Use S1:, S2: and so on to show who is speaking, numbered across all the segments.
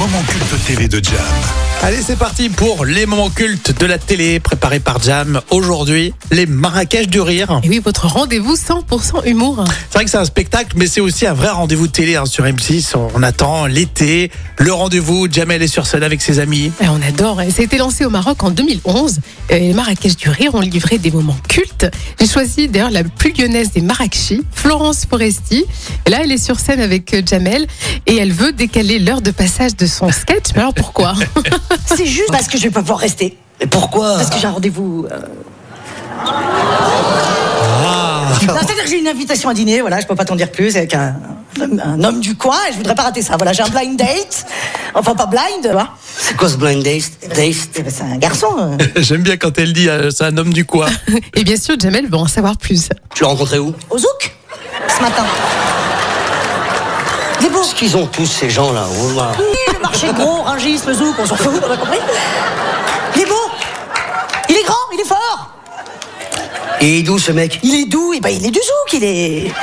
S1: moments cultes TV de Jam.
S2: Allez, c'est parti pour les moments cultes de la télé préparés par Jam. Aujourd'hui, les Marrakech du rire.
S3: Et oui, votre rendez-vous 100% humour.
S2: C'est vrai que c'est un spectacle, mais c'est aussi un vrai rendez-vous de télé hein, sur M6. On attend l'été, le rendez-vous. Jam, elle est sur scène avec ses amis.
S3: Et Eh, on adore. Ça a été lancé au Maroc en 2011. Euh, Les Marrakech du Rire ont livré des moments cultes. J'ai choisi d'ailleurs la plus lyonnaise des Marrakechis, Florence Foresti. Et là, elle est sur scène avec euh, Jamel et elle veut décaler l'heure de passage de son sketch. Mais alors pourquoi
S4: C'est juste parce que je vais pas pouvoir rester.
S5: Mais pourquoi
S4: Parce que j'ai un rendez-vous. euh.
S5: Ah.
S4: Non, C'est-à-dire que j'ai une invitation à dîner, voilà, je peux pas t'en dire plus, avec un, un homme du coin, et je voudrais pas rater ça. Voilà, j'ai un blind date. Enfin, pas blind, tu vois.
S5: C'est quoi ce blind date, date
S4: Eh ben, C'est un garçon. euh.
S2: J'aime bien quand elle dit euh, c'est un homme du coin.
S3: Et bien sûr, Jamel veut en savoir plus.
S5: Tu l'as rencontré où
S4: Au zouk Ce matin. C'est beau.
S5: Ce qu'ils ont tous ces gens-là. wallah.
S4: Oui, le marché gros, Rungis, le zouk, on s'en fout, on a compris Il est beau. Il est grand, il est fort.
S5: Et il est d'où ce mec
S4: Il est doux, et ben, il est du zouk, il est.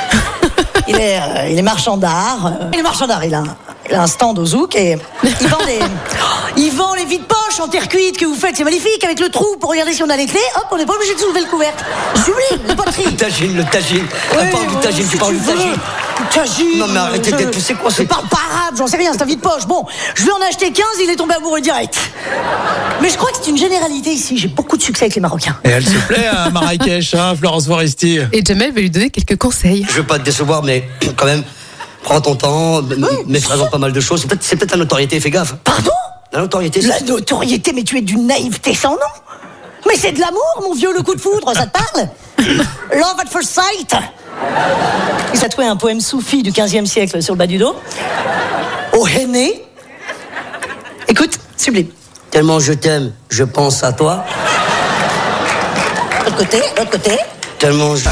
S4: Il est, euh, il est marchand d'art. euh, Il est marchand d'art, il a, un- il a un stand au zouk et il vend des. Il vend les vides poches en terre cuite que vous faites, c'est magnifique, avec le trou pour regarder si on a les clés. Hop, on n'est pas obligé de soulever le couvercle. Sublime, la poterie.
S5: Le tagine, le tagine. Elle parle du tagine, tu parles du tagine.
S4: Tagine.
S5: Non, mais arrêtez d'être poussé, quoi,
S4: C'est
S5: c'est-
S4: pas arabe, j'en sais rien, c'est un vide-poche. Bon, je vais en acheter 15, il est tombé amoureux direct. Mais je crois que c'est une généralité ici, j'ai beaucoup de succès avec les Marocains.
S2: Et elle se plaît à Marrakech, hein, Florence Foresti.
S3: Et Jamel veut lui donner quelques conseils.
S5: Je veux pas te décevoir, mais quand même, prends ton temps, m- mets présent pas mal de choses. C'est peut-être- C'est peut-être la notoriété, fais gaffe.
S4: Pardon
S5: La notoriété,
S4: La
S5: c'est...
S4: notoriété, mais tu es d'une naïveté sans nom Mais c'est de l'amour, mon vieux, le coup de foudre, ça te parle Love at first sight Ils a trouvé un poème soufi du 15e siècle sur le bas du dos. Au henné. Écoute, sublime.
S5: Tellement je t'aime, je pense à toi.
S4: L'autre côté, l'autre côté.
S5: Tellement je...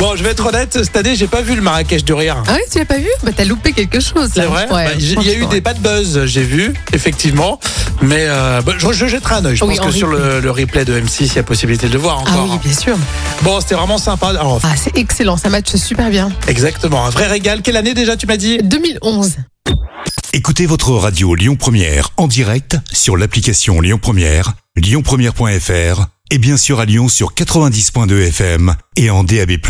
S2: Bon, je vais être honnête, cette année, j'ai pas vu le Marrakech du rire.
S3: Ah oui, tu l'as pas vu Bah t'as loupé quelque chose.
S2: C'est
S3: là.
S2: vrai
S3: Ouais,
S2: Bah, j'ai- Il y a eu
S3: franchement,
S2: des pas de buzz, j'ai vu, effectivement. Mais euh, bah, je, je jetterai un œil. Je
S3: Oui,
S2: pense
S3: en
S2: que sur le, le replay de M6, il y a possibilité de le voir
S3: Ah
S2: encore.
S3: oui, bien sûr.
S2: Bon, c'était vraiment sympa. Alors,
S3: Ah, c'est excellent, ça matche super bien.
S2: exactement, un vrai régal. Quelle année déjà, tu m'as dit
S3: 2011.
S1: Écoutez votre radio Lyon Première en direct sur l'application Lyon Première, lyonpremière.fr et bien sûr à Lyon sur 90.2 FM et en DAB+.